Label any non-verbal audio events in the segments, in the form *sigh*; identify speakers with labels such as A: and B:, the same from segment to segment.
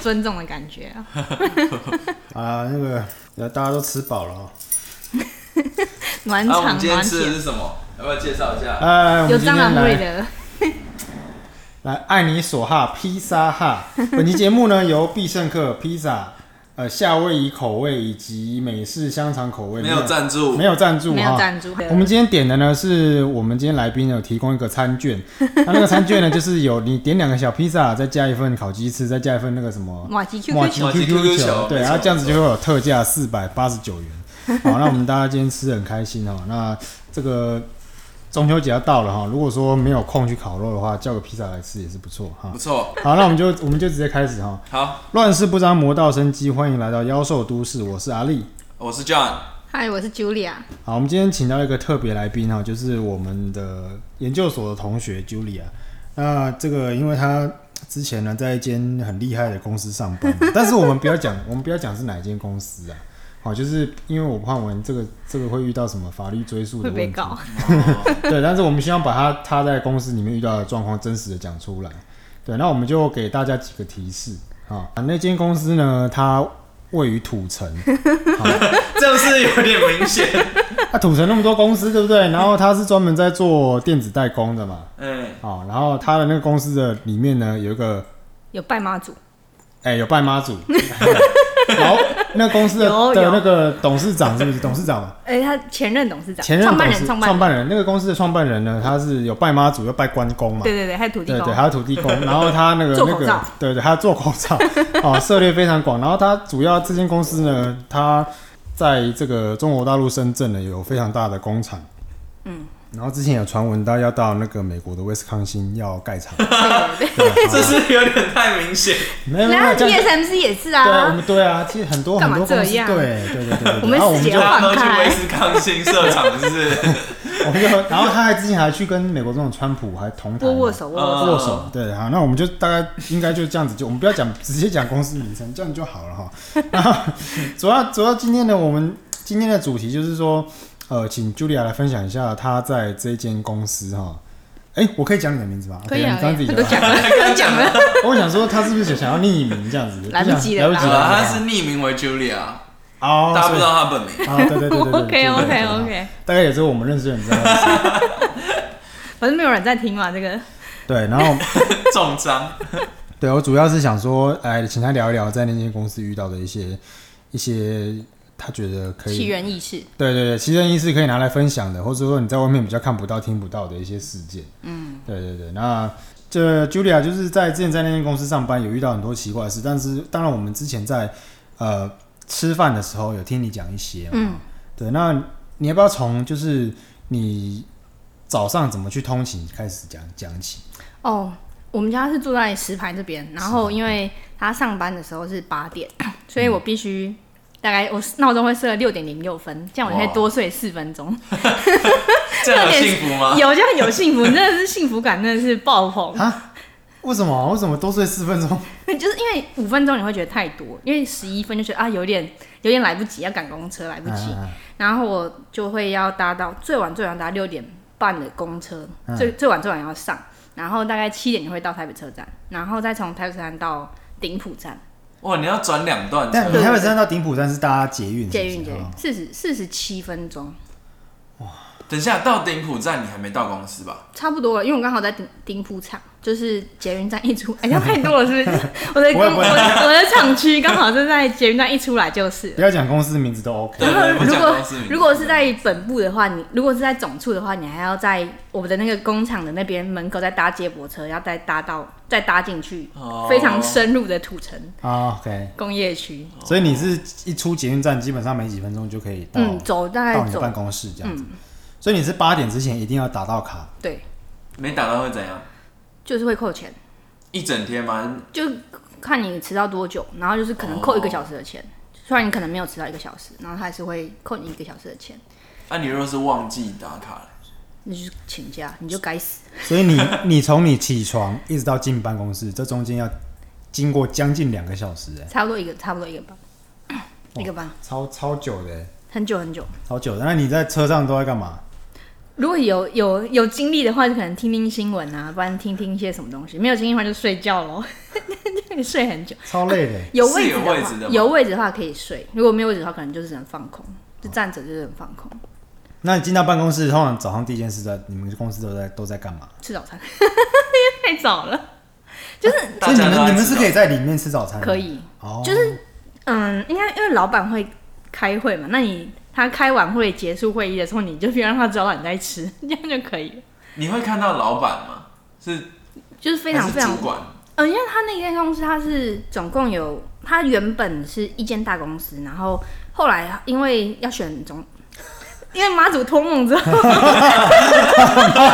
A: 尊重的感觉
B: *laughs*
A: 啊。
B: 啊，那个呃大家都吃饱了哦。
A: 暖
B: 啊
C: 啊那我
A: 场
C: 们今天
A: 暖
C: 吃的
A: 铁，
C: 是什么？要不要介绍一下？
B: 哎，我
A: 有
B: 们今
A: 蟑
B: 天
A: 螂味
B: 来
A: 的，
B: 来爱你所哈披萨
A: *laughs*
B: 哈。本期节目呢由必胜客披萨、呃夏威夷口味以及美式香肠口味
C: 没有赞助
B: 没，有赞助
A: 没有
B: 哈。
A: 赞助。
B: 我们今天点的呢，是我们今天来宾有提供一个餐券，那那个餐券呢，就是有你点两个小披萨，再加一份烤鸡翅，再加一份那个什么
A: 马吉
B: 马
A: QQ
B: 奇
A: 球，
C: 马吉
B: QQ
C: QQ 球
B: 对，
C: 没
B: 然后
C: 错
B: 这样子就会有特价四百八十
C: *laughs*
B: 九元。好，那我们大家今天吃得很开心哦。那这个中秋节要到了哈、如果说没有空去烤肉的话，叫个披萨来吃也是不错哈
C: *laughs* 不。错。
B: 好，那我们就我们就直接开始哈、
C: 好，
B: 乱世不张，魔道生机，欢迎来到妖兽都市，我是阿力。
C: 我是 John，
A: 嗨，我是 Julia，
B: 好，我们今天请到一个特别来宾哈、啊就是我们的研究所的同学 Julia。那这个，因为她之前呢在一间很厉害的公司上班，但是我们不要讲， *laughs* 我们不要讲是哪一间公司啊。好，就是因为我怕我们这个这个会遇到什么法律追诉
A: 会
B: 的
A: 被
B: 问题，
A: 告。
B: 对，但是我们希望把她她在公司里面遇到的状况真实的讲出来。对，那我们就给大家几个提示啊。那间公司呢，它位于土城，
C: 这样是有点明显。 *laughs*
B: 它土城那么多公司，对不对？然后它是专门在做电子代工的嘛，
C: 哎，
B: 哦，然后它的那个公司的里面呢，有一个
A: 有拜妈祖，
B: 哎、有拜妈祖， *laughs* 然后那公司的
A: 有
B: 的
A: 有
B: 那个董事长是不是董事长嘛？
A: 哎，他前任董事长，
B: 前任
A: 创办
B: 董
A: 人，
B: 事
A: 创办人，
B: 那个公司的创办人呢，他是有拜妈祖，又拜关公嘛。
A: 对对对，还有土地
B: 对
A: 公
B: 对，，还有土地
A: *laughs*
B: 公，然后他那个
A: 做
B: 那
A: 口
B: 个
A: 罩，
B: 对对，他做口
A: *laughs*
B: 罩，哦，涉猎非常广。然后他主要这间公司呢，他在这个中国大陆深圳呢有非常大的工厂，嗯，然后之前有传闻他要到那个美国的威斯康星要
A: *laughs*
B: 盖厂，
A: 对对对。
B: 对，
C: 这是有点太
A: *laughs*
C: 明显。
B: 没有没有没
A: 然
B: 有
A: 后
B: 这样。
A: TSMC 啊也是
B: 对啊，我
A: 啊，
B: 们对啊，其实很多
A: 干
B: 很
A: 嘛
B: 多公司，
A: 这
B: 对
A: 样
B: 对对对，
A: 我们
B: 然后我
A: 师
B: 们
A: 姐
B: 就
C: 大家都去
A: 放开
C: 威斯康星设厂，是不
A: *laughs*
C: 是？
B: 我们就，然后他还之前还去跟美国总统川普还同台
A: 握
B: 嘛，
A: 握手，
C: 嗯
A: 握握手。
B: 握手。对，好，那我们就大概应该就这样子，就我们不要讲直接讲公司名称，这样就好了
C: *laughs*
B: 哈。然后主要主要今天呢，我们今天的主题就是说，呃，请 Julia 来分享一下她在这间公司哈。哎、我可以讲你的名字吧？
A: 可以
B: OK，
A: 啊
B: 你，刚刚自己
A: 都讲了，都讲了。
B: 我想说，他是不是想要匿名这样子？
A: *laughs* 来不及了对
B: 不想来不及
C: 啊
B: 了。
C: 他是匿名为 Julia，
B: 哦，
C: 大家不
B: 所
C: 知
B: 以。
C: 道他本名。
B: 啊， *laughs* 对
A: *laughs*
B: 对对对对
A: OK
B: 对对
A: OK
B: 对对
A: OK，
B: 大概也只有我们认识的人知道他是谁。
A: 反正没有人在听啊嘛，这个
B: 对，然后
C: 重
A: *laughs*
C: 伤，
B: 对我主要是想说，哎，请他聊一聊在那间公司遇到的一些一些他觉得可
A: 起
B: 以，
A: 源意识。
B: 对对对，奇人异事可以拿来分享的，或者说你在外面比较看不到、听不到的一些事件。嗯，对对对，那。这 Julia 就是在之前在那间公司上班，有遇到很多奇怪的事，但是当然我们之前在呃吃饭的时候有听你讲一些嘛，
A: 嗯，
B: 对，那你要不要从就是你早上怎么去通勤开始讲讲起？
A: 哦，我们家是住在石牌这边，然后因为他上班的时候是八点，所以我必须大概我闹钟会设六点零六分，这样我可以
C: 哇
A: 多睡四分钟。
C: 这样有幸福
A: *laughs*
C: 吗？
A: 有这样有幸福，真的是幸福感真的是爆棚。
B: 啊？为什么？为什么多睡四分钟？
A: 就是因为五分钟你会觉得太多，因为十一分就觉得啊有点有点来不及，要赶公车来不及，
B: 嗯
A: 然后我就会要搭到最晚最晚搭六点半的公车，
B: 嗯
A: 最最晚最晚要上，然后大概七点你会到台北车站，然后再从台北车站到顶埔站，
C: 哇，你要转两段
B: 但
C: 车，
B: 你台北站到顶埔站是搭捷运是不
A: 捷
B: 是，
A: 运捷
B: 哦
A: 运四十四十七分钟，
C: 等一下到顶埔站你还没到公司吧？
A: 差不多了，因为我刚好在顶顶埔场，就是捷运站一出，哎、像太多了是不是？ *laughs* 我的
B: 不
A: 公
B: 会
A: 我
B: 不会
A: 的我的厂区刚好就在捷运站一出来就是了。
B: 不要讲公司名字都 OK。
C: 对
A: 然
C: 对，
A: 后
C: 不
A: 如
C: 讲
A: 果
C: 公司名字。
A: 如果是在本部的话，你如果是在总处的话，你还要在我们的那个工厂的那边门口再搭接驳车，要再搭到再搭进去，
C: 哦
A: 非常深入的土城
B: 啊 OK，
A: 工业区。
B: 所以你是一出捷运站，基本上没几分钟就可以到
A: 嗯，走大
B: 到
A: 概
B: 你的
A: 走嗯
B: 办公室这样子。所以你是八点之前一定要打到卡，
A: 对，
C: 没打到会怎样？
A: 就是会扣钱，
C: 一整天吗？
A: 就看你迟到多久，然后就是可能扣一个小时的钱。虽然你可能没有迟到一个小时，然后他还是会扣你一个小时的钱，
C: 那、啊你若是忘记打卡了，
A: 那就是请假，你就该死。
B: 所以你 *laughs* 你从你起床一直到进办公室，这中间要经过将近两个小时，哎，
A: 差不多一个，差不多一个半，哦一个半，
B: 超超久的，哎
A: 很久很久。
B: 超久的。那你在车上都在干嘛？
A: 如果有有有 *laughs* 精力的话，就可能听听新闻啊，不然听听一些什么东西；没有精力的话，就睡觉喽。可以睡很久。
B: 超累的。 *laughs*
A: 有位置
C: 是有
A: 的
C: 位置
A: 话，
C: 的吗
A: 有位置的话可以睡；如果没有位置的话，可能就只能放空，就站着就只能放空，
B: 那你进到办公室，通常早上第一件事在你们公司都在都在干嘛？
A: 吃早餐，因为太早了。
B: 所
C: 大
B: 以你
C: 家都在
B: 们你们
C: 吃
B: 是可以在里面吃早餐的，
A: 可以，
B: 哦，
A: 就是嗯，应该因为老板会开会嘛，那你他开完会结束会议的时候，你就不要让他知道你在吃，这样就可以了。
C: 你会看到老板吗？是
A: 就是非常
C: 还是
A: 非常
C: 主管
A: 嗯，因为他那间公司，它是总共有，它原本是一间大公司，然后后来因为要选总， *laughs* 因为妈祖托梦之后，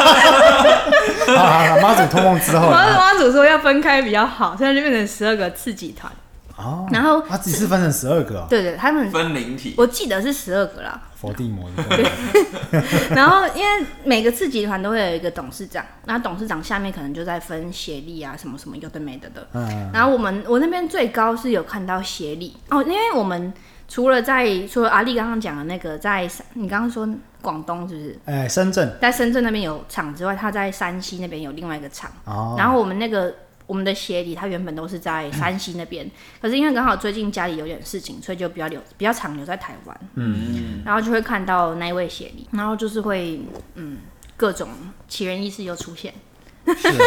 B: 好好好，妈啊祖托梦
A: *laughs*
B: 之后
A: 妈
B: 啊，
A: 妈祖说要分开比较好，所以就变成十二个刺激团。
B: 哦，
A: 然后
B: 他只是分成十二个哦
A: 对对，他们
C: 分灵体，
A: 我记得是十二个啦，
B: 佛地魔的对
A: *laughs* 然后，因为每个次集团都会有一个董事长，那董事长下面可能就在分协力啊，什么什么有的没的的。
B: 嗯，
A: 然后我们我那边最高是有看到协力哦，因为我们除了在除了阿丽刚刚讲的那个在山你刚刚说广东是不是
B: 哎，深圳
A: 在深圳那边有厂之外，他在山西那边有另外一个厂。
B: 哦，
A: 然后我们那个我们的协理他原本都是在山西那边，可是因为刚好最近家里有点事情，所以就比较留比较常留在台湾。
C: 嗯，
A: 然后就会看到那一位协理，然后就是会嗯各种奇人异事又出现。
B: 是哦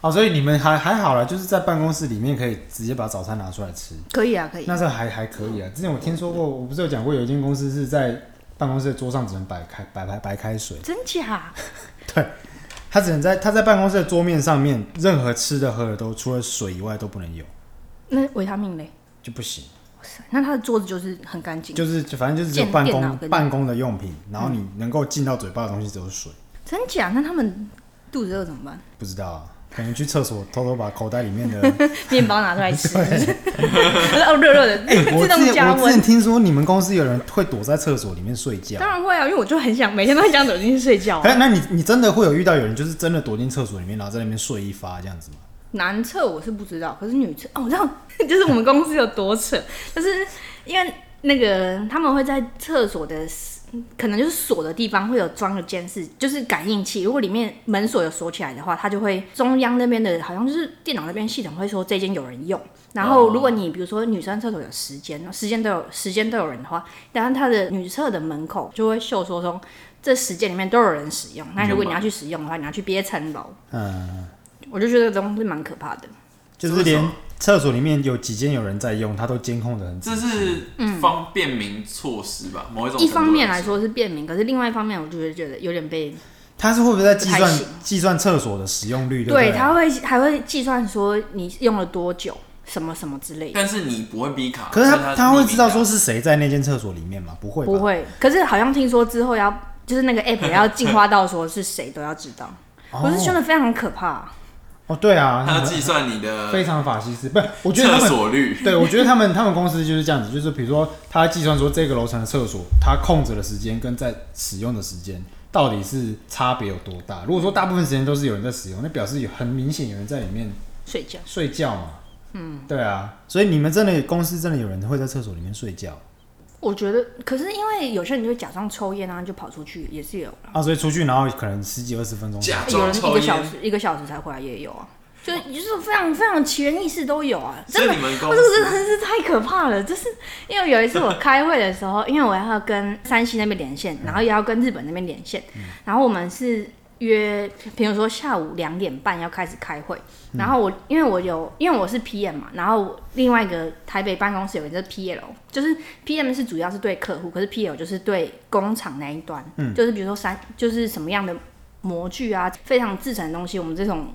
B: 哦，所以你们还还好了，就是在办公室里面可以直接把早餐拿出来吃，
A: 可以啊，可以。
B: 那这还还可以啊。之前我听说过，我不是有讲过，有一间公司是在办公室的桌上只能摆开摆白白开水，
A: 真假？
B: 他只能在他在办公室的桌面上面，任何吃的喝的都除了水以外都不能有，
A: 那维他命嘞？
B: 就不行。
A: 哇塞，那他的桌子就是很干净，
B: 就是就反正就是只有
A: 电
B: 办
A: 电脑
B: 公
A: 跟
B: 办公的用品，然后你能够进到嘴巴的东西只有水，
A: 真假？那他们肚子饿怎么 *laughs* 办？
B: 不知道啊，可能去厕所偷偷把口袋
A: *laughs*
B: 里面的。
A: 面包拿出来吃， *laughs* 哦，热热的，
C: 哎
B: 我
A: 自
B: 之
A: 动
B: 前
A: 加
B: 我之前
A: 温。
B: 听说你们公司有人会躲在厕所里面睡觉，
A: 当然会啊，因为我就很想每天都很想走进去睡觉啊、
B: 哎，那你你真的会有遇到有人就是真的躲进厕所里面，然后在那边睡一发这样子吗？
A: 男厕我是不知道，可是女厕哦，我知道， *laughs* 就是我们公司有多扯，就是因为那个他们会在厕所的，可能就是锁的地方会有装个监视，就是感应器。如果里面门锁有锁起来的话，它就会中央那边的，好像就是电脑那边系统会说这间有人用。然后如果你比如说女生厕所有时间，时间都有时间都有人的话，然后它的女厕的门口就会秀说说这时间里面都有人使用。那如果你要去使用的话，你要去憋层楼。
B: 嗯，
A: 我就觉得这东西蛮可怕的。
B: 就是
C: 为什
B: 连
C: 么
B: 厕所里面有几间有人在用，他都监控的很仔
C: 这
B: 细。
C: 是方便民措施吧？某一种
A: 嗯一
C: 程度
A: 方面来，说是便民，可是另外一方面，我就是觉得有点被
B: 他是会不会在计
A: 不太
B: 算
A: 行
B: 计算厕所的使用率？对不
A: 对，
B: 对，
A: 他会还会计算说你用了多久，什么什么之类的，
C: 但是你不会逼卡，
B: 可是
C: 但
B: 他他
C: 匿
B: 会
C: 名
B: 知道
C: 卡
B: 说是谁在那间厕所里面吗？不会，
A: 啊不。会。可是好像听说之后要就是那个 app 要进化到说是谁都要知道，
C: 哦
A: 我是觉得非常可怕。
B: 哦，对啊，
C: 他要计算你的
B: 非常法西斯，不是？我觉得
C: 厕
B: 他们，
C: 所率，
B: *laughs* 对我觉得他们他们公司就是这样子，就是比如说他计算说这个楼层的厕所，他控制的时间跟在使用的时间到底是差别有多大？如果说大部分时间都是有人在使用，那表示有很明显有人在里面
A: 睡觉
B: 睡觉嘛。嗯，对啊，所以你们真的公司真的有人会在厕所里面睡觉
A: 我觉得，可是因为有些人就会假装抽烟啊，就跑出去也是有啦，
B: 啊？所以出去然后可能十几二十分钟，
C: 假
A: 有
C: 装
A: 人一个
C: 抽
A: 小
C: 烟，
A: 时一个小时才回来也有啊，就就是非常非常奇人异事都有啊，
C: 所
A: 真
C: 以
A: 的
C: 你们公
A: 我这个真
C: 司
A: 的是太可怕了，就是因为有一次我开会的时候，因为我要跟山西那边连线，然后也要跟日本那边连线，
C: 嗯
A: 然后我们是约，比如说下午两点半要开始开会，
C: 嗯
A: 然后我因为我有因为我是 PM 嘛，然后我另外一个台北办公室有一个 PL，就是 PM 是主要是对客户，可是 PL 就是对工厂那一端，
C: 嗯
A: 就是比如说三就是什么样的模具啊，非常制成的东西，我们这种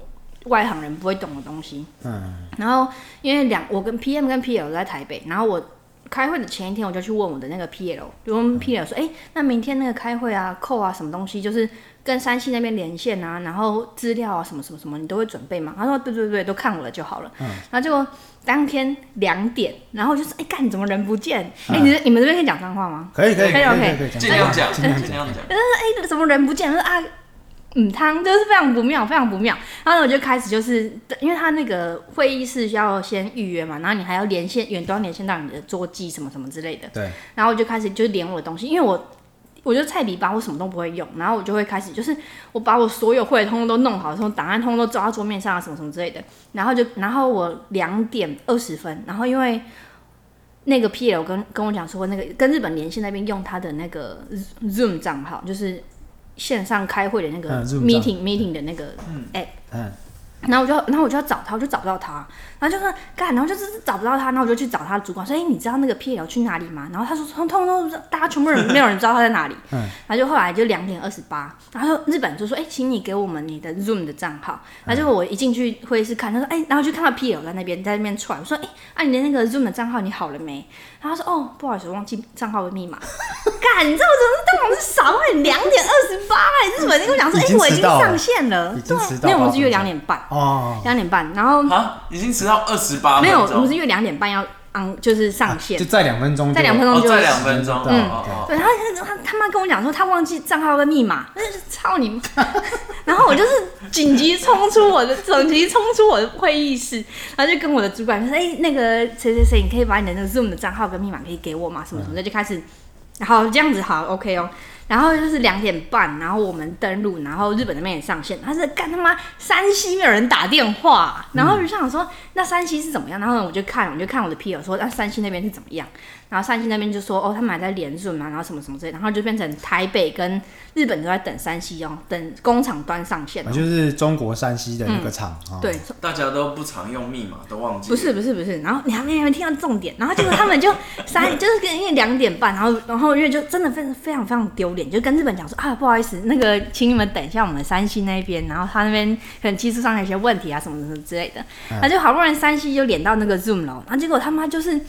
A: 外行人不会懂的东西。
B: 嗯，
A: 然后因为两我跟 PM 跟 PL 都在台北，然后我开会的前一天我就去问我的那个 PL，就问 PL 说，哎、那明天那个开会啊、扣啊什么东西，就是跟山西那边连线啊，然后资料啊什么什么什么，你都会准备吗？他说对对对，都看我了就好了。然后结果当天两点，然后我就是哎干，怎么人不见？哎、你你们这边可以讲脏话吗？
B: 可以可以
A: 可
B: 可
A: 以
B: 以
A: ，OK
B: 可以，
C: 尽量
B: *laughs*
C: 讲，
B: 尽量
C: 尽量讲，
A: 哎、怎么人不见？我说啊，嗯，汤就是非常不妙，非常不妙。然后我就开始就是，因为他那个会议室要先预约嘛，然后你还要连线远端连线到你的桌机什么什么之类的。
B: 对，
A: 然后我就开始就连我的东西，因为我我就菜比吧，我什么都不会用，然后我就会开始，就是我把我所有会的通通都弄好，从档案通通都抓到桌面上啊，什么什么之类的，然后就，然后我两点二十分，然后因为那个 P L 跟跟我讲说，那个跟日本连线那边用他的那个 Zoom 账号，就是线上开会的那个
B: 嗯，Zoom 账
A: meeting、meeting 的那个
B: 嗯，
A: 然后我就，然后我就要找他，我就找不到他，然后就说干，然后就是找不到他，然后我就去找他的主管说，哎、你知道那个 P L 去哪里吗？然后他说，通通都不知道大家全部人没有人知道他在哪里。
B: 嗯
A: 然后就后来就两点二十八，然后日本就说，哎、请你给我们你的 Zoom 的账号。然
B: 嗯
A: 后结果我一进去会议室看，他说，哎、然后就看到 P L 在那边在那边串，我说，哎、啊你的那个 Zoom 的账号你好了没？然后他说，哦，不好意思，忘记账号的密码。干，你知道我怎么当我是傻瓜？你两点二十八，日本人跟我讲说，
B: 已
A: 哎、
B: 经
A: 我已
B: 迟
A: 经
B: 到了
A: 上线了，
B: 已经迟到
A: 对，因为我
B: 了
A: 们是约
B: 好像
A: 两点半。
B: 哦，
A: 两点半，然后
C: 啊，已经迟到二十八
A: 没
C: 分
A: 有，我们
C: 钟
A: 是，约两点半要昂，就是上线
B: 就。再两分钟就，
A: 再两分钟
C: 啊哦，
A: 就
C: 再两分钟，哦
B: 嗯
C: 哦
A: 对，他他他妈跟我讲说他忘记账号跟密码，那是操你妈！ *laughs* 然后我就是紧急冲出我的，紧急冲出我的会议室，然后就跟我的主管说：“哎、那个谁谁谁，你可以把你的那个 Zoom 的账号跟密码可以给我吗？什么什么的，就开始，然后这样子好 OK 哦。然后就是两点半，然后我们登录，然后日本那边也上线。他是干他妈山西没有人打电话，然后我就想说那山西是怎么样？然后我就看我就看我的 P 友说那山西那边是怎么样，然后山西那边就说哦他们还在连顺嘛，然后什么什么之类的，然后就变成台北跟日本都在等山西哦，等工厂端上线、哦
B: 啊。就是中国山西的那个厂啊，
A: 对，
C: 哦，大家都不常用密码，都忘记
A: 不
C: 了。
A: 是不是不是，然后你还没还没听到重点，然后结果他们就三就是跟因为两点半，然后然后因为就真的非常非常非常丢脸，就跟日本讲说啊不好意思，那个请你们等一下我们山西那边，然后他那边可能技术上有一些问题啊什么什么之类的，然后就好不容易山西就连到那个 Zoom 了，然后结果他妈就是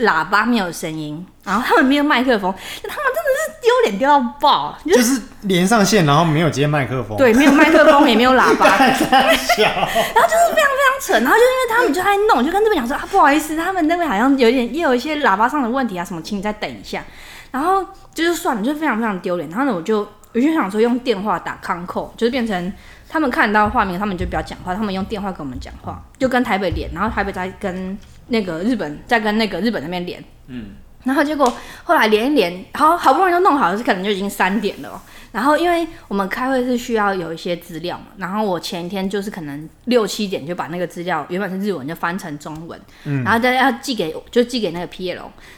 A: 喇叭没有声音，然后他们没有麦克风，就他们真的是丢脸丢到爆，就
B: 就是是连上线然后没有接麦克风， *laughs*
A: 对没有麦克风也没有喇叭，
B: 笑，
A: 然后就是非常非常扯，然后就因为他们就在弄，就跟这边讲说啊，不好意思，他们那边好像有点也有一些喇叭上的问题啊，什么，请你再等一下。然后就是算了，就非常非常丢脸。然后呢，我就我就想说用电话打康扣，就是变成他们看到画面，他们就不要讲话，他们用电话跟我们讲话，就跟台北连，然后台北再跟那个日本，再跟那个日本那边连，
C: 嗯，
A: 然后结果后来连一连，好好不容易都弄好，可能就已经三点了哦、然后因为我们开会是需要有一些资料嘛，然后我前一天就是可能六七点就把那个资料原本是日文就翻成中文，然后大家要寄给就寄给那个 PL，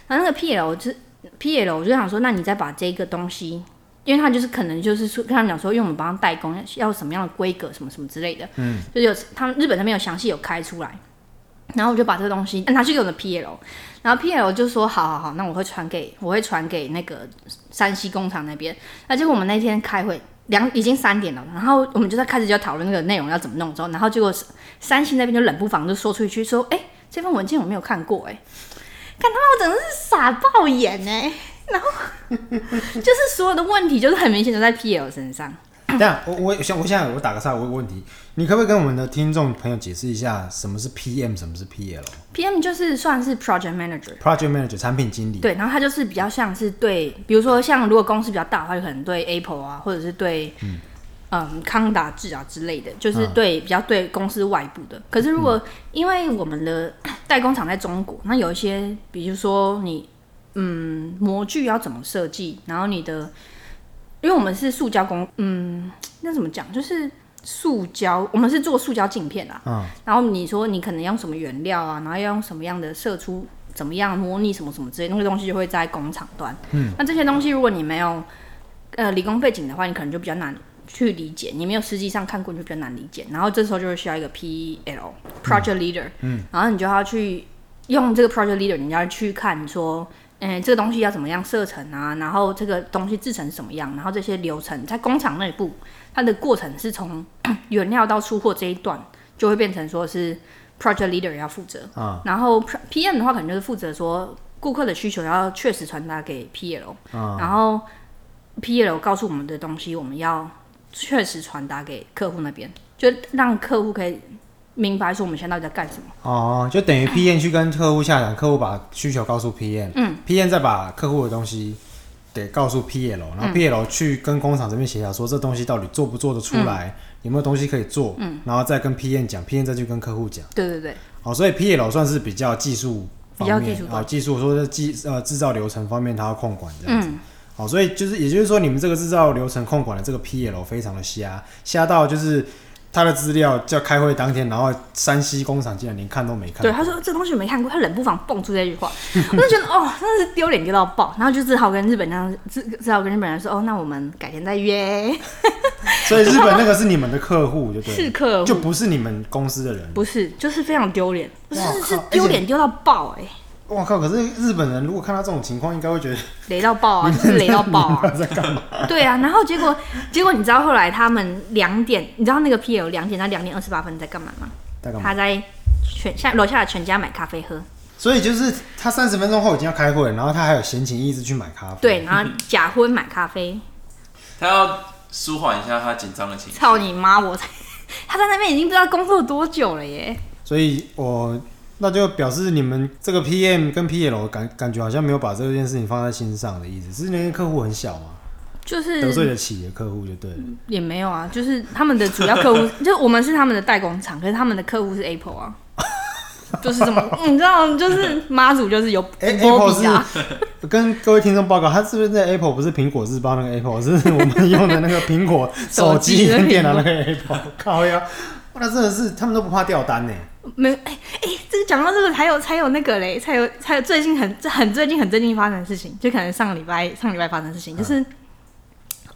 A: 然后那个 PL 就是 PL，我就想说，那你再把这个东西。因为他就是可能就是说跟他们讲说，因为我们帮他代工要什么样的规格什么什么之类的，嗯，就是有他们日本那边有详细有开出来，然后我就把这个东西拿去给我的 PL，然后 PL 就说：“好好好，那我会传给我会传给那个山西工厂那边。”那结果我们那天开会两已经三点了，然后我们就在开始就要讨论那个内容要怎么弄，之后然后结果山西那边就冷不防就说出一句说：“哎、这份文件我没有看过、哎， *laughs* 看他妈我真的是傻爆眼哎、然后就是所有的问题就是很明显都在 PL 身上。
B: 这样我我想我现在我打个岔，我有个问题，你可不可以跟我们的听众朋友解释一下什么是 PM，什么是 PL？Project
A: PM 就是算是 project manager，
B: Manager 产品经理，
A: 对，然后它就是比较像是对，比如说像如果公司比较大的话，就可能对 Apple 啊，或者是对嗯康达智啊之类的，就是
B: 嗯
A: 对比较对公司外部的。可是如果因为我们的 *clears throat* 代工厂在中国，那有一些，比如说你嗯模具要怎么设计，然后你的，因为我们是塑胶工，嗯，那怎么讲，就是。塑胶，我们是做塑胶镜片啊，
B: 嗯
A: 然后你说你可能用什么原料啊，然后要用什么样的射出怎么样模拟什么什么之类，那个东西就会在工厂端。嗯，那这些东西如果你没有呃理工背景的话，你可能就比较难去理解，你没有实际上看过，你就比较难理解。然后这时候就会需要一个 PL project leader，嗯，然后你就要去用这个 project leader，你要去看说。嗯，这个东西要怎么样射程啊？然后这个东西制成什么样？然后这些流程在工厂内部，它的过程是从 *coughs* 原料到出货这一段，就会变成说是 project leader 要负责。
B: 啊
A: 然后 pr- PM 的话，可能就是负责说顾客的需求要确实传达给 PL，、
B: 啊
A: 然后 PL 告诉我们的东西，我们要确实传达给客户那边，就让客户可以明白说我们现在到底在干什么。
B: 哦，就等于 PM 去跟客户下谈，客户把需求告诉 PM，嗯，PM 再把客户的东西得告诉 PL，然后 PL 去跟工厂这边协调，说这东西到底做不做得出来，有没有东西可以做，嗯，然后再跟 PM 讲，PM 再去跟客户讲。
A: 对对对，
B: 哦，所以 PL 算是比较技术方面，
A: 比较技术端嗯
B: 哦，技术说是技呃制造流程方面它要控管这样子。哦，所以就是也就是说，你们这个制造流程控管的这个 PL 非常的瞎，瞎到就是他的资料叫开会当天，然后山西工厂竟然连看都没看过。
A: 对，他说这东西我没看过，他冷不防蹦出这句话， *laughs* 我就觉得哦，真的是丢脸丢到爆，然后就只好跟日本人，只只好跟日本人说，哦，那我们改天再约，
B: 所以日本那个是你们的客户，就对了，
A: 是客
B: 就
A: 户，
B: 不是你们公司的人。
A: 不是，就是非常丢脸，不是
B: 哇靠
A: 是丢脸丢到爆哎、
B: 我靠！可是日本人如果看到这种情况，应该会觉得
A: 雷到爆啊，就是雷到爆
B: *laughs*
A: 啊，
B: 在干嘛？
A: 对啊，然后结果结果你知道后来他们两点，你知道那个 P L 两点到两点二十八分在干嘛吗？
B: 在干嘛？
A: 他在全下楼下的全家买咖啡喝，
B: 所以就是他三十分钟后已经要开会，然后他还有闲情逸致去买咖啡。
A: 对，然后假婚买咖啡，
C: 他要舒缓一下他紧张的情绪。
A: 操你妈！我才他在那 *laughs* 边已经不知道工作多久了耶。
B: 所以我那就表示你们这个 PM 跟 PL 感感觉好像没有把这件事情放在心上的意思，是那些客户很小嘛，
A: 就
B: 得罪
A: 是
B: 得起的客户就对了。
A: 也没有啊，就是他们的主要
B: *laughs*
A: 客户，就是我们是他们的代工厂，可是他们的客户是 Apple 啊，就是这么， *laughs* 你知道，就是妈祖就是有
B: 哎、a p p l
A: 波比啊，
B: 是跟各位听众报告，他是不是在 Apple 不是苹果日报那个 Apple，是我们用的那个苹果手机跟电脑
A: *laughs*
B: 那个 Apple？靠呀，哇那真的是他们都不怕掉单呢。
A: 没有哎哎、这个讲到这个才有才有那个嘞，才有才有最近很这很最近很最近发生的事情，就可能上个礼拜上个礼拜发生的事情，
B: 嗯
A: 就是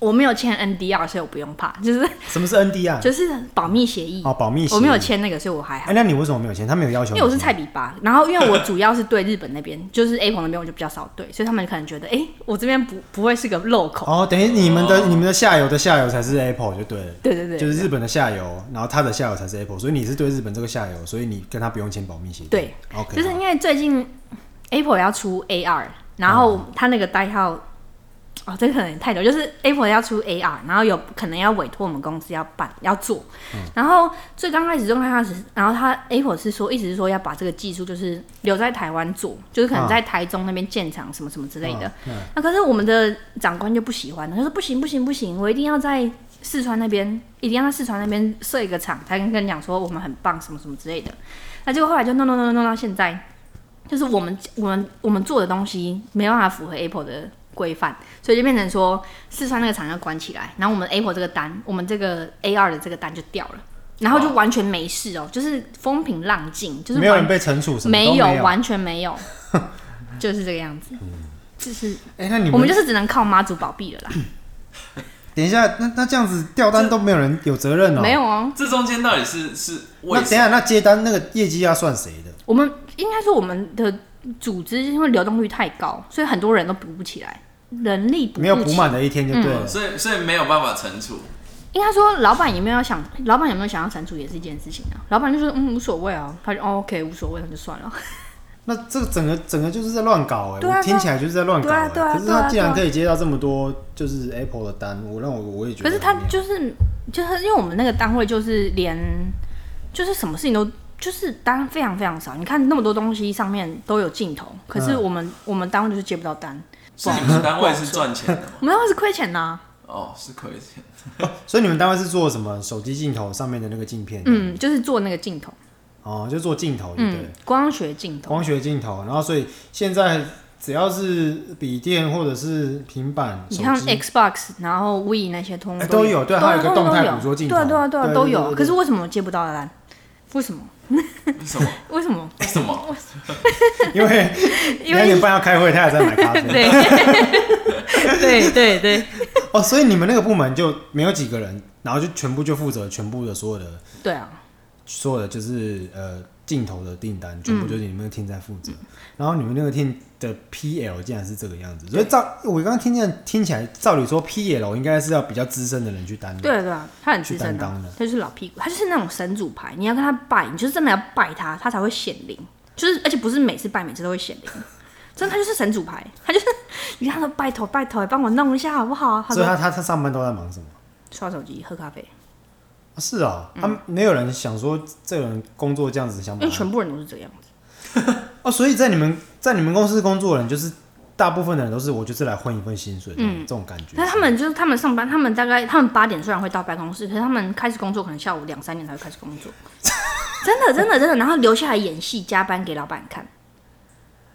A: 我没有签 NDR，所以我不用怕，就是
B: 什么是 ND 啊？
A: 就是保密协议，
B: 嗯哦，保密协议。
A: 我没有。签那个，所以我还好
B: 哎、。那你为什么没有签？他没有要求。
A: 因为我是菜。比吧，然后因为我主要是对日本那边，就是 Apple 那边我就比较少对，所以他们可能觉得，哎、我这边不不会是个漏口。
B: 哦，等于你们的、你们的下游的下游才是 Apple 就对了。
A: 对对对，
B: 就是日本的下游，然后它的下游才是 Apple，所以你是对日本这个下游，所以你跟他不用签保密协议。
A: 对
B: ，OK，
A: 就是因为最近 Apple 要出 AR，然后
B: 嗯
A: 它那个代号，哦，这个可能也太久，就是 Apple 要出 AR，然后有可能要委托我们公司要办要做，
B: 嗯
A: 然后最刚开始最刚开始，然后他 Apple 是说，一直是说要把这个技术就是留在台湾做，就是可能
B: 嗯
A: 在台中那边建厂什么什么之类的。
B: 嗯
A: 那可是我们的长官就不喜欢，他说不行不行不行，我一定要在四川那边，一定要在四川那边设一个厂，才跟跟你讲说我们很棒什么什么之类的。那结果后来就弄弄弄弄弄到现在，就是我们我们我们做的东西没办法符合 Apple 的规范，所以就变成说四川那个厂要关起来，然后我们 Apple 这个单，我们这个 AR 的这个单就掉了。然后就完全没事哦，就是风平浪静，就是
B: 没有人
A: 完
B: 被惩处什么
A: 没
B: 都
A: 有
B: 有。嗯哎、
A: 完全没有，就是这个样子。就是
B: 哎那你
A: 我
B: 们
A: 们就是只能靠妈祖保庇了啦，
B: 等一下，那那这样子掉单都没有人有责 *laughs* 任哦、
A: 没有哦。
C: 这中间到底是是
B: 那
C: 为
B: 等一
C: 什么？
B: 下，那接单那个业绩要算谁的？
A: 我们应该说我们的组织因为流动率太高，所以很多人都补不起来，人力补
B: 没有
A: 不
B: 补
A: 起。
B: 满的一天就对了。
A: 嗯
C: 所以所以没有办法惩处。
A: 应该说老板有没有想，老板有没有想要删除也是一件事情啊。老板就说嗯无所谓啊，他就、哦、OK 无所谓，那就算了。
B: 那这个整个整个就是在乱搞哎、
A: 对啊
B: 我听起来就是在乱搞、
A: 对
B: 哎
A: 啊对啊
B: 可是
A: 对啊
B: 他竟然
A: 对
B: 可以接到这么多就是 Apple 的单，我让我我也觉得
A: 可
B: 很
A: 是
B: 妙。
A: 他就是就是因为我们那个单位就是连就是什么事情都就是单非常非常少，你看那么多东西上面都有镜头，可是
B: 嗯
A: 我们、我们单位就是接不到单，
C: 所以你们单位是赚钱的吗？
A: 我们单位是亏钱呐、
C: 哦，是亏钱。
B: 所以你们单位是做什么手机镜头上面的那个镜片？，
A: 嗯，就是做那个镜头，
B: 哦，就做镜头就对了。
A: 嗯，光学镜头，
B: 光学镜头，然后所以现在只要是笔电或者是平板、
A: 你哎
B: 手
A: 像
B: 机，
A: Xbox，然后 We 那些通
B: 哎
A: 通
B: 都有对
A: 对啊，
B: 还有一个
A: 通通
B: 动态
A: 都有
B: 捕捉镜
A: 对啊
B: 头
A: 对啊对啊
B: 对
A: 都
B: 对对
A: 有。
B: 对
A: 可是为什么我接不到单？为什么？
C: 为什么？
A: *laughs* 为什
B: *laughs*
A: 么？
C: 为什么？
B: 因为
A: 因
B: 两点
A: 为
B: 半要开会，他还在买咖啡。
A: *laughs* 对 *laughs* 对对对
B: 哦，所以你们那个部门就没有几个人，然后就全部就负责全部的所有的
A: 对啊！
B: 所有的就是呃镜头的订单，全部
A: 嗯
B: 就是你们那个 team 在负责。然后你们那个 team 的 PL 竟然是这个样子，所以照我刚刚听见听起来，照理说 PL 应该是要比较资深的人去担任。
A: 对啊对啊，他很资
B: 去
A: 深
B: 担当
A: 的
B: 的，
A: 他就是老屁股，他就是那种神主牌，你要跟他拜，你就是真的要拜他，他才会显灵，就是而且不是每次拜每次都会显灵， *laughs* 真的他就是神主牌，他就是 *laughs* 你看他说拜托拜托，帮我弄一下好不好？他
B: 所以
A: 说
B: 他他他上班都在忙什么？
A: 刷手机喝咖啡，
B: 啊是啊，他们没有人想说这个人工作这样子想
A: 嗯因
B: 把
A: 为
B: 他
A: 全部人都是这样子，
B: 哦，所以在你们在你们公司工作的人，就是大部分的人都是我就是来混一份薪水的，这种感觉。
A: 嗯但他们就是他们上班，他们大概他们八点虽然会到办公室，可是他们开始工作可能下午两三点才会开始 *laughs* 工作，真的真的真的，然后留下来演戏加班给老板看，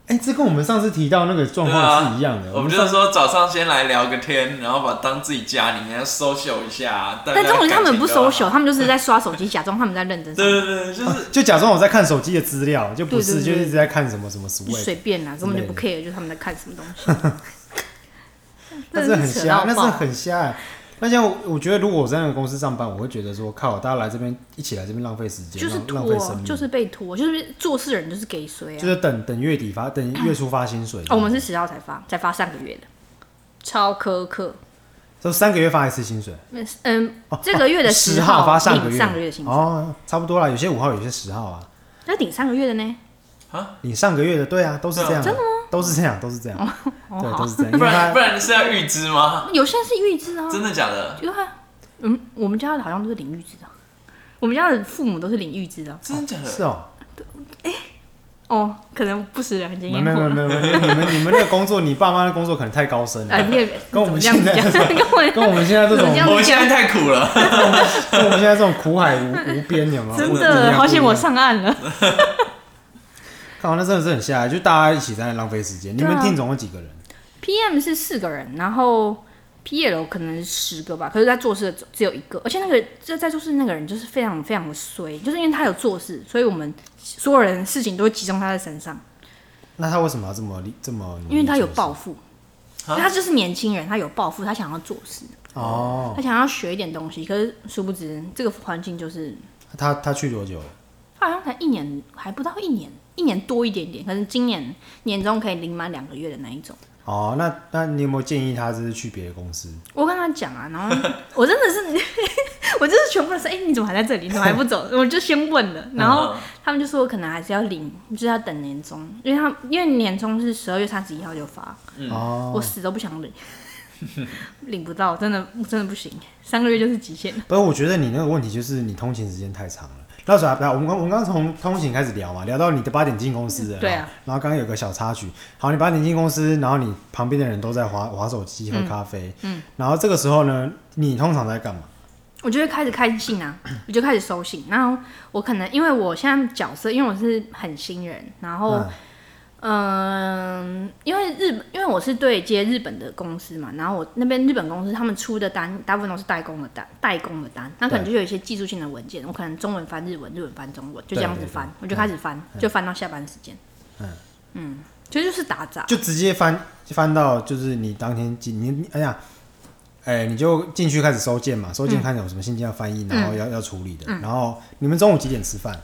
B: 哎、这跟我们上次提到那个状
C: 对
B: 况
C: 啊，
B: 是一样的。
C: 我们
B: 上
C: 就是说早上先来聊个天，然后把当自己家里面 social 一下。但
A: 但重点是他们不 social，他们就是在刷手机，假装他们在认真上
C: 对
A: 班，
C: 对对，就是
B: 就假装我在看手机的资料，就不是，
A: 对对对
B: 就一直在看什么什么
A: 就
B: Switch，
A: 随便啦，根本就不
B: 之
A: care，就是他们在看什么东西。
B: 那是
A: 真的
B: 很
A: 是扯
B: 瞎
A: 到，
B: 那是
A: 爆
B: 很瞎欸。那像我，我觉得如果我在那个公司上班，我会觉得说，靠，大家来这边一起来这边浪费时间，
A: 就是
B: 浪浪费
A: 拖
B: 生，命，
A: 就是被拖，就是做事人就是给谁啊
B: 就？是等等月底发，等月初发薪水。
A: 哦，我们是十号才发，才发上个月的，超苛刻。
B: 都三个月发一次薪水，
A: 嗯，这个月的
B: 哦十
A: 号
B: 发上个
A: 领
B: 月，
A: 上个月的薪水，
B: 哦，差不多啦，有些五号，有些十号啊，
A: 那顶上个月的呢？
B: 领上个月的，对啊，都是这样，
C: 真
B: 的吗？都是这样，都是这样，
A: 哦，
B: 对，
A: 好
B: 都，是这样，因
C: 不
B: 为
C: 然
B: 他
C: 不然是要预支吗？
A: 哦有些是预支啊，
C: 真的假的？
A: 因为他嗯，我们家的好像都是领预支的，我们家的父母都是领预支的。
C: 真的假的？
B: 是哦，
A: 哦，可能不食人间
B: 没
A: 烟
B: 没
A: 火
B: 没。没没，你们你们那个工作，你爸妈的工作可能太高深
A: 哎，
B: 了，
A: 你也
B: 跟我们
A: 怎么这样
B: 现在
A: 讲跟
B: *laughs*
A: 我
B: 跟我们现在这
A: 怎 *laughs*
B: 种
A: 么这样
C: 我们现在太苦了。
B: 跟我们现在这种苦海无无边，有没有？
A: 真
B: 不一
A: 的
B: 样
A: 好险，我。
B: 不一样
A: 上岸了。
B: 靠，那真的是很吓人，就大家一起在那浪费时间。你
A: 对啊
B: 们听总共几个人？
A: PM 是四个人，然后 PL 可能十个吧，可是在做事的只有一个，而且那个这在做事那个人就是非常非常的衰，就是因为他有做事，所以我们所有人事情都会集中他在身上，
B: 那他为什么要这么这么？
A: 因为他有抱
B: 报
A: 负，
C: 啊
A: 他就是年轻人，他有抱负，他想要做事，
B: 哦，
A: 他想要学一点东西，可是殊不知这个环境就是
B: 他他去多久了？
A: 他好像才一年，还不到一年，一年多一点点，可是今年年终可以领满两个月的那一种。
B: 哦，那那你有没有建议他就是去别的公司？
A: 我跟他讲啊，然 *laughs* 后我真的是，我就是全部都是，哎、你怎么还在这里？你怎么还不走？我就先问了，然后
C: 嗯
A: 他们就说可能还是要领，就是要等年终，因为他们因为年终是十二月三十一号就发，
B: 哦，
A: 我死都不想领， *laughs* 领不到，真的真的不行，三个月就是极限了。
B: 不是，我觉得你那个问题就是你通勤时间太长了。那时候还，我们刚我们刚从通勤开始聊嘛，聊到你的八点进公司的，
A: 对啊。
B: 然后刚刚有个小插曲，好，你八点进公司，然后你旁边的人都在划划手机、喝咖啡，嗯，然后这个时候呢，你通常在干嘛？
A: 我就会开始开信
B: *clears throat*
A: 啊，我就开始收信，然后我可能因为我现在角色，因为我是很新人，然后。
B: 嗯
A: 嗯，因为日本，因为我是对接日本的公司嘛，然后我那边日本公司他们出的单大部分都是代工的单，代工的单，那可能就有一些技术性的文件，我可能中文翻日文，日文翻中文，就这样子翻，
B: 对对对
A: 我就开始翻，就翻到下班时间。
B: 嗯
A: 其实就是打杂，
B: 就直接翻翻到就是你当天进你你哎呀，哎、你就进去开始收件嘛，收件看有什么信件要翻译，
A: 嗯
B: 然后要、要处理的，然后你们中午几点吃饭？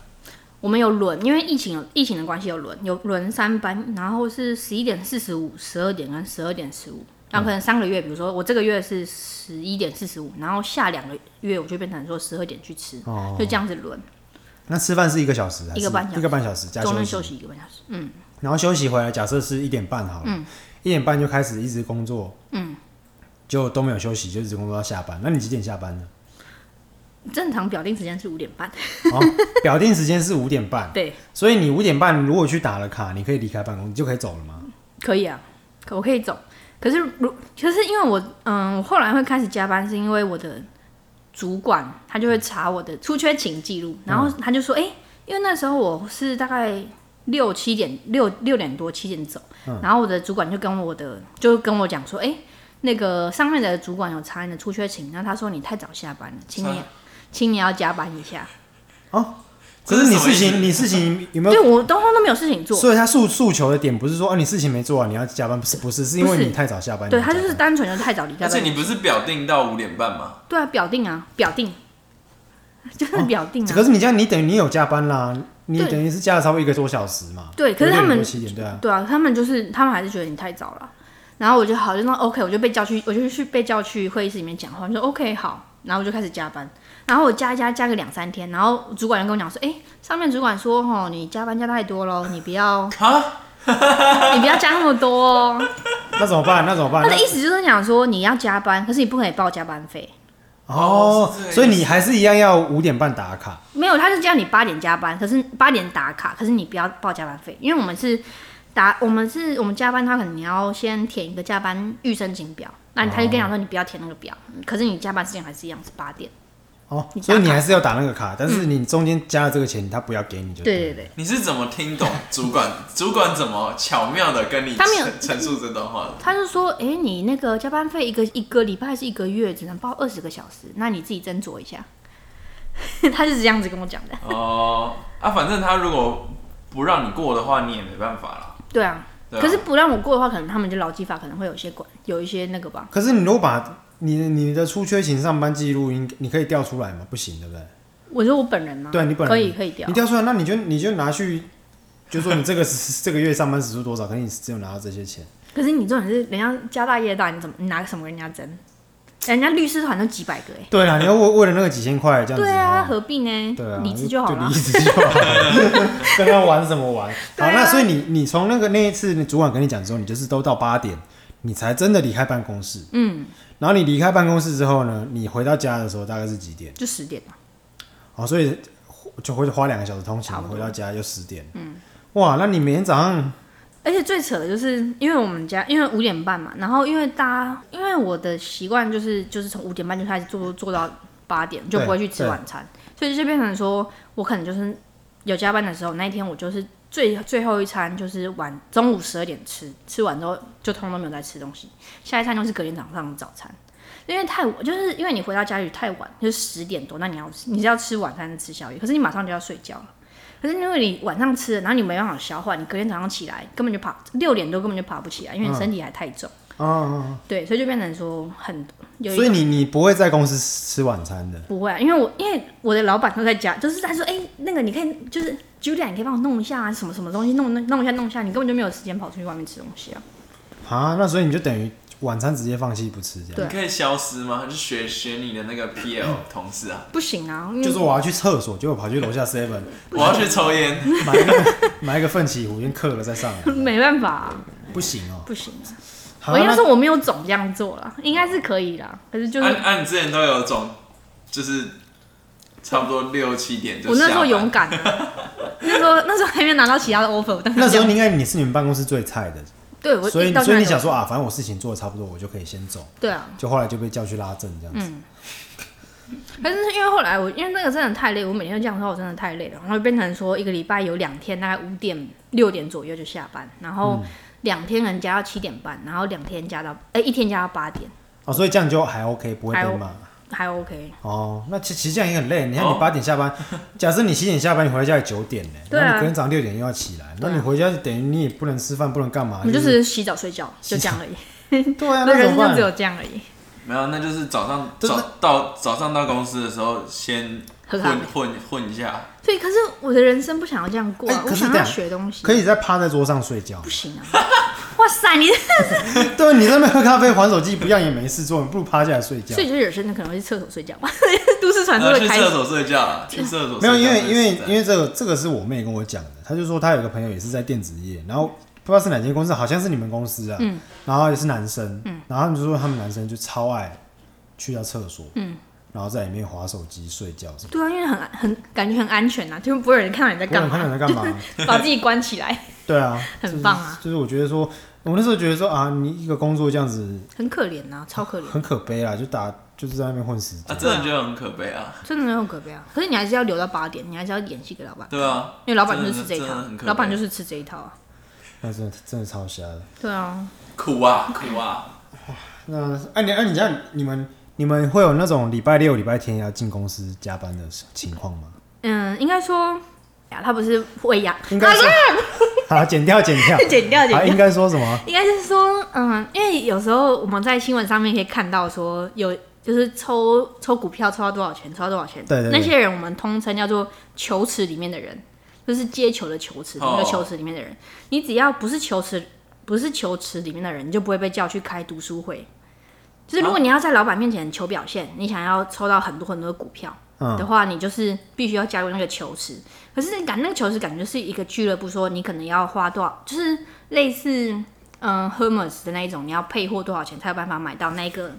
A: 我们有轮，因为疫情有疫情的关系有轮，有轮三班，然后是十一点四十五、十二点跟十二点十五，然后可能上个月，比如说我这个月是十一点四十五，然后下两个月我就变成说十二点去吃，
B: 哦
A: 就这样子轮，
B: 那吃饭是一个小时还是
A: 一个半小时
B: 一个半小时加
A: 中
B: 休
A: 间
B: 息
A: 休，息一个半小时。
B: 然后休息回来，假设是一点半好了，
A: 嗯
B: 一点半就开始一直工作，嗯，就都没有休息，就一直工作到下班。那你几点下班呢？ *laughs*
A: 正常表定时间是五点半，
B: 哦，表定时间是五点半，
A: 对，
B: 所以你五点半如果去打了卡，你可以离开办公，你就可以走了吗？
A: 可以啊，可我可以走。可是如可是因为我嗯，我后来会开始加班，是因为我的主管他就会查我的出缺勤记录，然后
C: 嗯
A: 他就说，哎、因为那时候我是大概六七点六六点多七点走，
C: 嗯
A: 然后我的主管就跟我的就跟我讲说，哎、那个上面的主管有查你的出缺勤，那他说你太早下班了，请你
C: 啊
A: 请你要加班一下。
B: 哦可是你事
C: 这是什么意思
B: 情，你事情 *laughs* 有没有
A: 对我东方都没有事情做，
C: 啊
B: 所以他诉诉求的点不是说啊你事情没做啊，你要加班，不是不是，是因为
A: 不是
B: 你太早下班。
A: 对
B: 你要
A: 他就
B: 加
A: 是
B: 班
A: 单纯就太早离开
C: 而
A: 班
C: 且你不是表定到五点半吗？
A: 对啊，表定啊，表定， *laughs* 就是表定啊。
B: 可是你这样，你等于你有加班啦，你
A: 对
B: 等于是加了差不多一个多小时嘛。
A: 对可是
B: 六点
A: 他们
B: 多七点对啊，
A: 对啊，他们就是他们还是觉得你太早了。然后我就好，就那 OK，我就被叫去，我就去被叫去会议室里面讲话，我就说 OK 好，然后我就开始加班，然后我加一加加个两三天，然后主管就跟我讲说，哎，上面主管说哦，你加班加太多咯，你不要， *laughs*
C: 啊，
A: 你不要加那么多哦。
B: 那怎么办？那怎么办
A: 他？的意思就是讲说你要加班，可是你不可以报加班费，
B: 那哦
C: 哦是这个意，思
B: 所以你还是一样要五点半打卡。
A: 没有，他是叫你八点加班，可是八点打卡，可是你不要报加班费，因为我们是打我们是我们加班，他可能你要先填一个加班预申请表，那他就跟你讲说你不要填那个表，可是你加班时间还是一样是八点，
B: 哦
A: 你，打
B: 所以你还是要打那个卡，但是你中间加了这个钱，他不要给你就
A: 对
B: 对
A: 对
B: 了。
A: 对，
C: 你是怎么听懂主
A: *laughs*
C: 管？主管怎么巧妙的跟你
A: 他没有
C: 陈陈述这段话的？
A: 他就说，哎、你那个加班费一个一个礼拜还是一个月只能报二十个小时，那你自己斟酌一下。 *laughs* 他是这样子跟我讲的，
C: 哦、啊，反正他如果不让你过的话，你也没办法啦。
A: 对啊。
C: 对啊
A: 可是不让我过的话，可能他们就劳基法可能会有一些管，有一些那个吧。
B: 可是你如果把你你的出缺勤上班记录，应你可以调出来吗？不行，对不对？
A: 我说我啊本人吗？
B: 对你本人
A: 可以可以调
B: 你，调出来，那你就你就拿去，就说你这个时这个月上班时数多少，可是你只有拿到这些钱。
A: 可是你重点是人家家大业大，你怎么你拿什么跟人家争？人家律师团都几百个哎、
B: 对啦，啊你要为为了那个几千块这样子。
A: 对啊，
B: 哦
A: 何必呢？
B: 对啊，
A: 理智就好了
B: 离。职就好了。跟他玩什么玩？
A: 啊
B: 好，那所以你你从那个那一次，你主管跟你讲之后，你就是都到八点，你才真的离开办公室。嗯。然后你离开办公室之后呢，你回到家的时候大概是几点？
A: 就十点了，
B: 哦，所以就会花两个小时通勤
A: 差不，多
B: 回到家又十点。嗯。哇，那你每天早上
A: 而且最扯的就是，因为我们家因为五点半嘛，然后因为大家因为我的习惯就是就是从五点半就开始做做到八点，就不会去吃
B: 对
A: 晚餐，所以就变成说我可能就是有加班的时候，那一天我就是最最后一餐就是晚中午十二点吃，吃完之后就通通都没有再吃东西，下一餐就是隔天早上的早餐。因为太晚，就是因为你回到家里太晚，就是十点多，那你要你是要吃晚餐吃宵夜，可是你马上就要睡觉了。可是因为你晚上吃了，然后你没办法消化，你隔天早上起来根本就爬六点多根本就爬不起来，因为
B: 嗯
A: 你身体还太重，
B: 啊，
A: 对，所以就变成说很有一
B: 所以你你不会在公司吃晚餐的。
A: 不会、啊，因为我因为我的老板都在家，就是他说，哎、那个你可以就是 Julia，你可以帮我弄一下啊，什么什么东西弄弄弄一下弄一下，你根本就没有时间跑出去外面吃东西啊。
B: 啊，那所以你就等于晚餐直接放弃不吃这样。
A: 对
C: 你可以消失吗？就学学你的那
A: *laughs*
C: 个 PL 同事啊，
A: 不行啊，因为
B: 就是我要去厕所，结果跑去楼
A: *laughs*
B: 下 seven
C: 我要去抽烟。
B: 买一个买一个奋起壶，先刻了再上来，
A: 没办法啊、
B: 不行哦、
A: 不行啊、
B: 好，
A: 我应该
B: 那
A: 说我没有总这样做啦，应该是可以啦，可是就是
C: 按按、啊你之前都有种，就是差不多六七点就
A: 我那时候
C: 下班
A: 勇敢、
B: *laughs*
A: 啊，那时候那时候还没有拿到其他的 offer，我当
B: 那时候
A: 就
B: 你应该你是你们办公室最菜的，
A: 对我
B: 所以
A: 到
B: 所
A: 现
B: 以
A: 在
B: 你
A: 都
B: 想说啊，反正我事情做的差不多，我就可以先走，
A: 对啊，
B: 就后来就被叫去拉正这样
A: 嗯
B: 子。
A: 可是因为后来我因为那个真的太累，我每天都这样说，我真的太累了，然后变成说一个礼拜有两天大概五点六点左右就下班，然后
B: 嗯
A: 两天人加到七点半，然后两天加到哎、一天加到八点，
B: 哦，所以这样就还 OK，不会
A: 还
B: 被
A: O-
B: 骂。
A: 还 OK。
B: 哦，那其其实这样也很累。你看
C: 哦
B: 你八点下班，假设你七点下班，你回到家里九点呢，
A: 对啊
B: 那你隔天早上六点又要起来，那
A: 对啊
B: 你回家等于你也不能吃饭，不能干嘛，
A: 我们就是是洗澡睡觉，就这样而已。
B: 对啊，
A: 我
B: 那怎
A: 人
B: 么
A: 生只有
B: 办？
A: 这样而已。
C: 没有，那就是早上
B: 真的
C: 早到早上到公司的时候先
A: 喝
C: 混
A: 咖啡啊
C: 混混一下，
A: 所以，可是我的人生不想要这样过、啊
B: 哎
A: 我
B: 可是
A: 想
B: 这
A: 要
B: 样
A: 学东西。啊
B: 可以再趴在桌上睡觉 *laughs*
A: 不。行啊！ *laughs* 哇塞，你
B: 对，你在那边喝咖啡、玩手机，不样也没事做，你不如趴下来睡觉
A: 所。以就是有些人可能会去厕所睡觉吧， *laughs* 都市传
C: 然
A: 说的
C: 后呃去
A: 开
C: 厕
A: 始。
C: 所睡觉啊，
A: *laughs*
C: 去厕所
B: 没
C: 睡觉
B: 有，因为因为
C: 就是这样
B: 因为这个这个是我妹跟我讲的，她就说她有个朋友也是在电子业，然后不知道是哪间公司，好像是你们公司啊，
A: 嗯
B: 然后也是男生，然后他们就说他们男生就超爱去到厕所，
A: 嗯
B: 然后在里面划手机、睡觉什么。
A: 对啊，因为很很感觉很安全呐、啊，就不会有人看到你在
B: 不
A: 干
B: 能看到
A: 嘛，
B: 你在干嘛？
A: *laughs* 把自己关起来，
B: 对啊，
A: 很棒啊，
B: 就是我觉得说，我那时候觉得说啊，你一个工作这样子
A: 很可怜呐、超可怜，
B: 很可悲啊，就打就是在那边混时
C: 啊，
B: 间。
C: 真的就很可悲啊，
A: 真的很可悲啊。可是你还是要留到八点，你还是要演戏给老板，
C: 对啊，
A: 因为老板就是吃这一
C: 真的
A: 套啊
C: 很，可悲
A: 老板就是吃这一套啊。
B: 那真的真的超瞎的。
A: 对啊，
C: 苦啊苦啊，
B: 那哎、你哎、你这样你们你们会有那种礼拜六、礼拜天要进公司加班的情况吗？
A: 嗯，应该说哎呀，他不是喂养，
B: 应该是好，剪掉剪掉
A: *laughs* 剪掉剪
B: 好，
A: 掉
B: 应该说什么？
A: 应该是说，嗯，因为有时候我们在新闻上面可以看到说有。就是抽抽股票抽到多少钱，抽到多少钱，
B: 对对对
A: 那些人我们通称叫做球池里面的人，就是接球的球池，
C: 哦
A: 那个球池里面的人。你只要不是球池，不是球池里面的人，你就不会被叫去开读书会。就是如果你要在老板面前求表现，你想要抽到很多很多的股票的
B: 嗯，
A: 话，你就是必须要加入那个球池。可是感那个球池感觉是一个俱乐部，说你可能要花多少，就是类似嗯 Hermes 的那一种，你要配货多少钱才有办法买到那个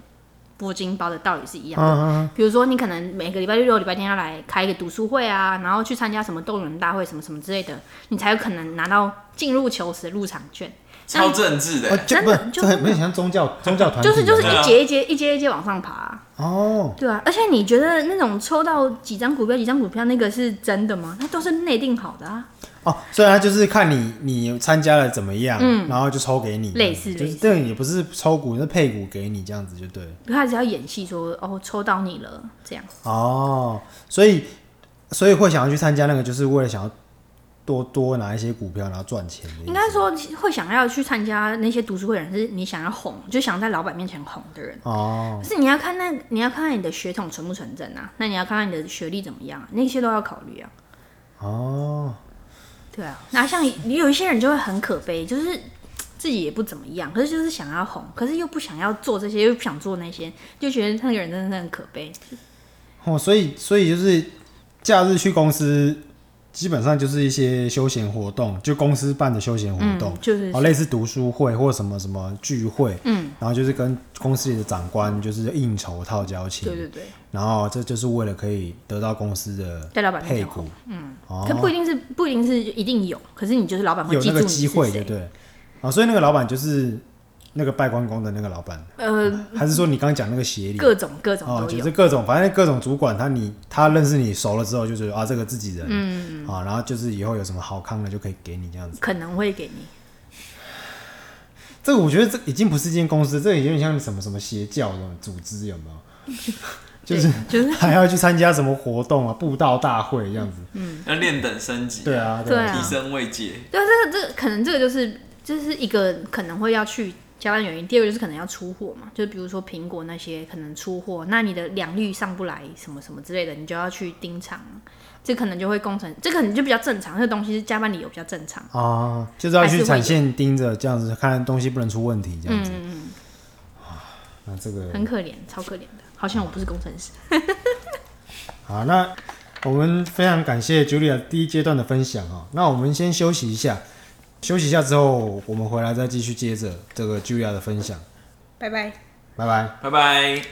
A: 铂金包的道理是一样
B: 嗯
A: 的。比如说，你可能每个礼拜六、礼拜天要来开一个读书会啊，然后去参加什么动员大会什么什么之类的，你才有可能拿到进入球池的入场券。
C: 超政治的
B: 哦，
C: 欸，
B: 就
A: 真
B: 不
A: 的
B: 是
A: 就
B: 这很很像宗教宗教团体，
A: 就是就是
C: 对啊
A: 一节一节一阶一阶往上爬啊、
B: 哦，
A: 对啊，而且你觉得那种抽到几张股票、几张股票那个是真的吗？它都是内定好的啊。
B: 哦，所以他就是看你你参加了怎么样，然后就抽给你，
A: 嗯类似
B: 就
A: 类
B: 是
A: 似
B: 这个也不是抽股，是配股给你这样子就对了。
A: 他只要演戏说哦抽到你了这样，
B: 哦，所以所以会想要去参加那个，就是为了想要多多拿一些股票，然后赚钱的意思。
A: 应该说会想要去参加那些读书会的人，是你想要红，就想在老板面前红的人。
B: 哦
A: 可是你要看那你要看看你的血统纯不纯正啊，那你要看看你的学历怎么样、啊，那些都要考虑啊。
B: 哦，
A: 对啊，那像你有一些人就会很可悲，就是自己也不怎么样，可是就是想要红，可是又不想要做这些，又不想做那些，就觉得那个人真的很可悲。
B: 哦，所以所以就是假日去公司，基本上就是一些休闲活动，就公司办的休闲活动。
A: 嗯，就是
B: 哦，类似读书会或什么什么聚会，
A: 嗯，
B: 然后就是跟公司里的长官就是应酬套交情，
A: 对对对，
B: 然后这就是为了可以得到公司的
A: 在老板面
B: 配
A: 前
B: 股
A: 红，，可
B: 哦，
A: 不一定是不一定是一定有，可是你就是老板会
B: 有
A: 记住
B: 那个
A: 你
B: 机
A: 是
B: 会就
A: 谁。
B: 对，哦，所以那个老板就是那个拜关公的那个老板，
A: 呃，
B: 还是说你刚讲那个协理？
A: 各种各种
B: 哦，
A: 都
B: 就
A: 有，
B: 是各种，反正各种主管他你他认识你熟了之后，就觉得啊这个自己人，嗯，啊，然后就是以后有什么好康的就可以给你这样子。
A: 可能会给你。
B: 这个我觉得这已经不是一间公司，这个有点像什么什么邪教那种组织，有没有？
A: *laughs*
B: 就是
A: 对就是
B: 还要去参加什么活动啊，布道大会这样子。
C: 要练等升级，
B: 对，啊，
A: 对啊
C: 提升位阶。
A: 对啊，这个这个可能这个就是就是一个可能会要去加班原因，第二个就是可能要出货嘛，就比如说苹果那些可能出货，那你的良率上不来什么什么之类的，你就要去盯场，这可能就会工程，这可能就比较正常，这个东西是加班理由比较正常。
B: 啊，就是要去产线盯着这样子，看东西不能出问题这样子。啊
A: 嗯，
B: 那这个
A: 很可怜，超可怜的。好像我不是工程师，
B: 好，那我们非常感谢 Julia 第一阶段的分享哦。那我们先休息一下，休息一下之后，我们回来再继续接着这个 Julia 的分享。
A: 拜拜。
B: 拜拜。
C: 拜拜。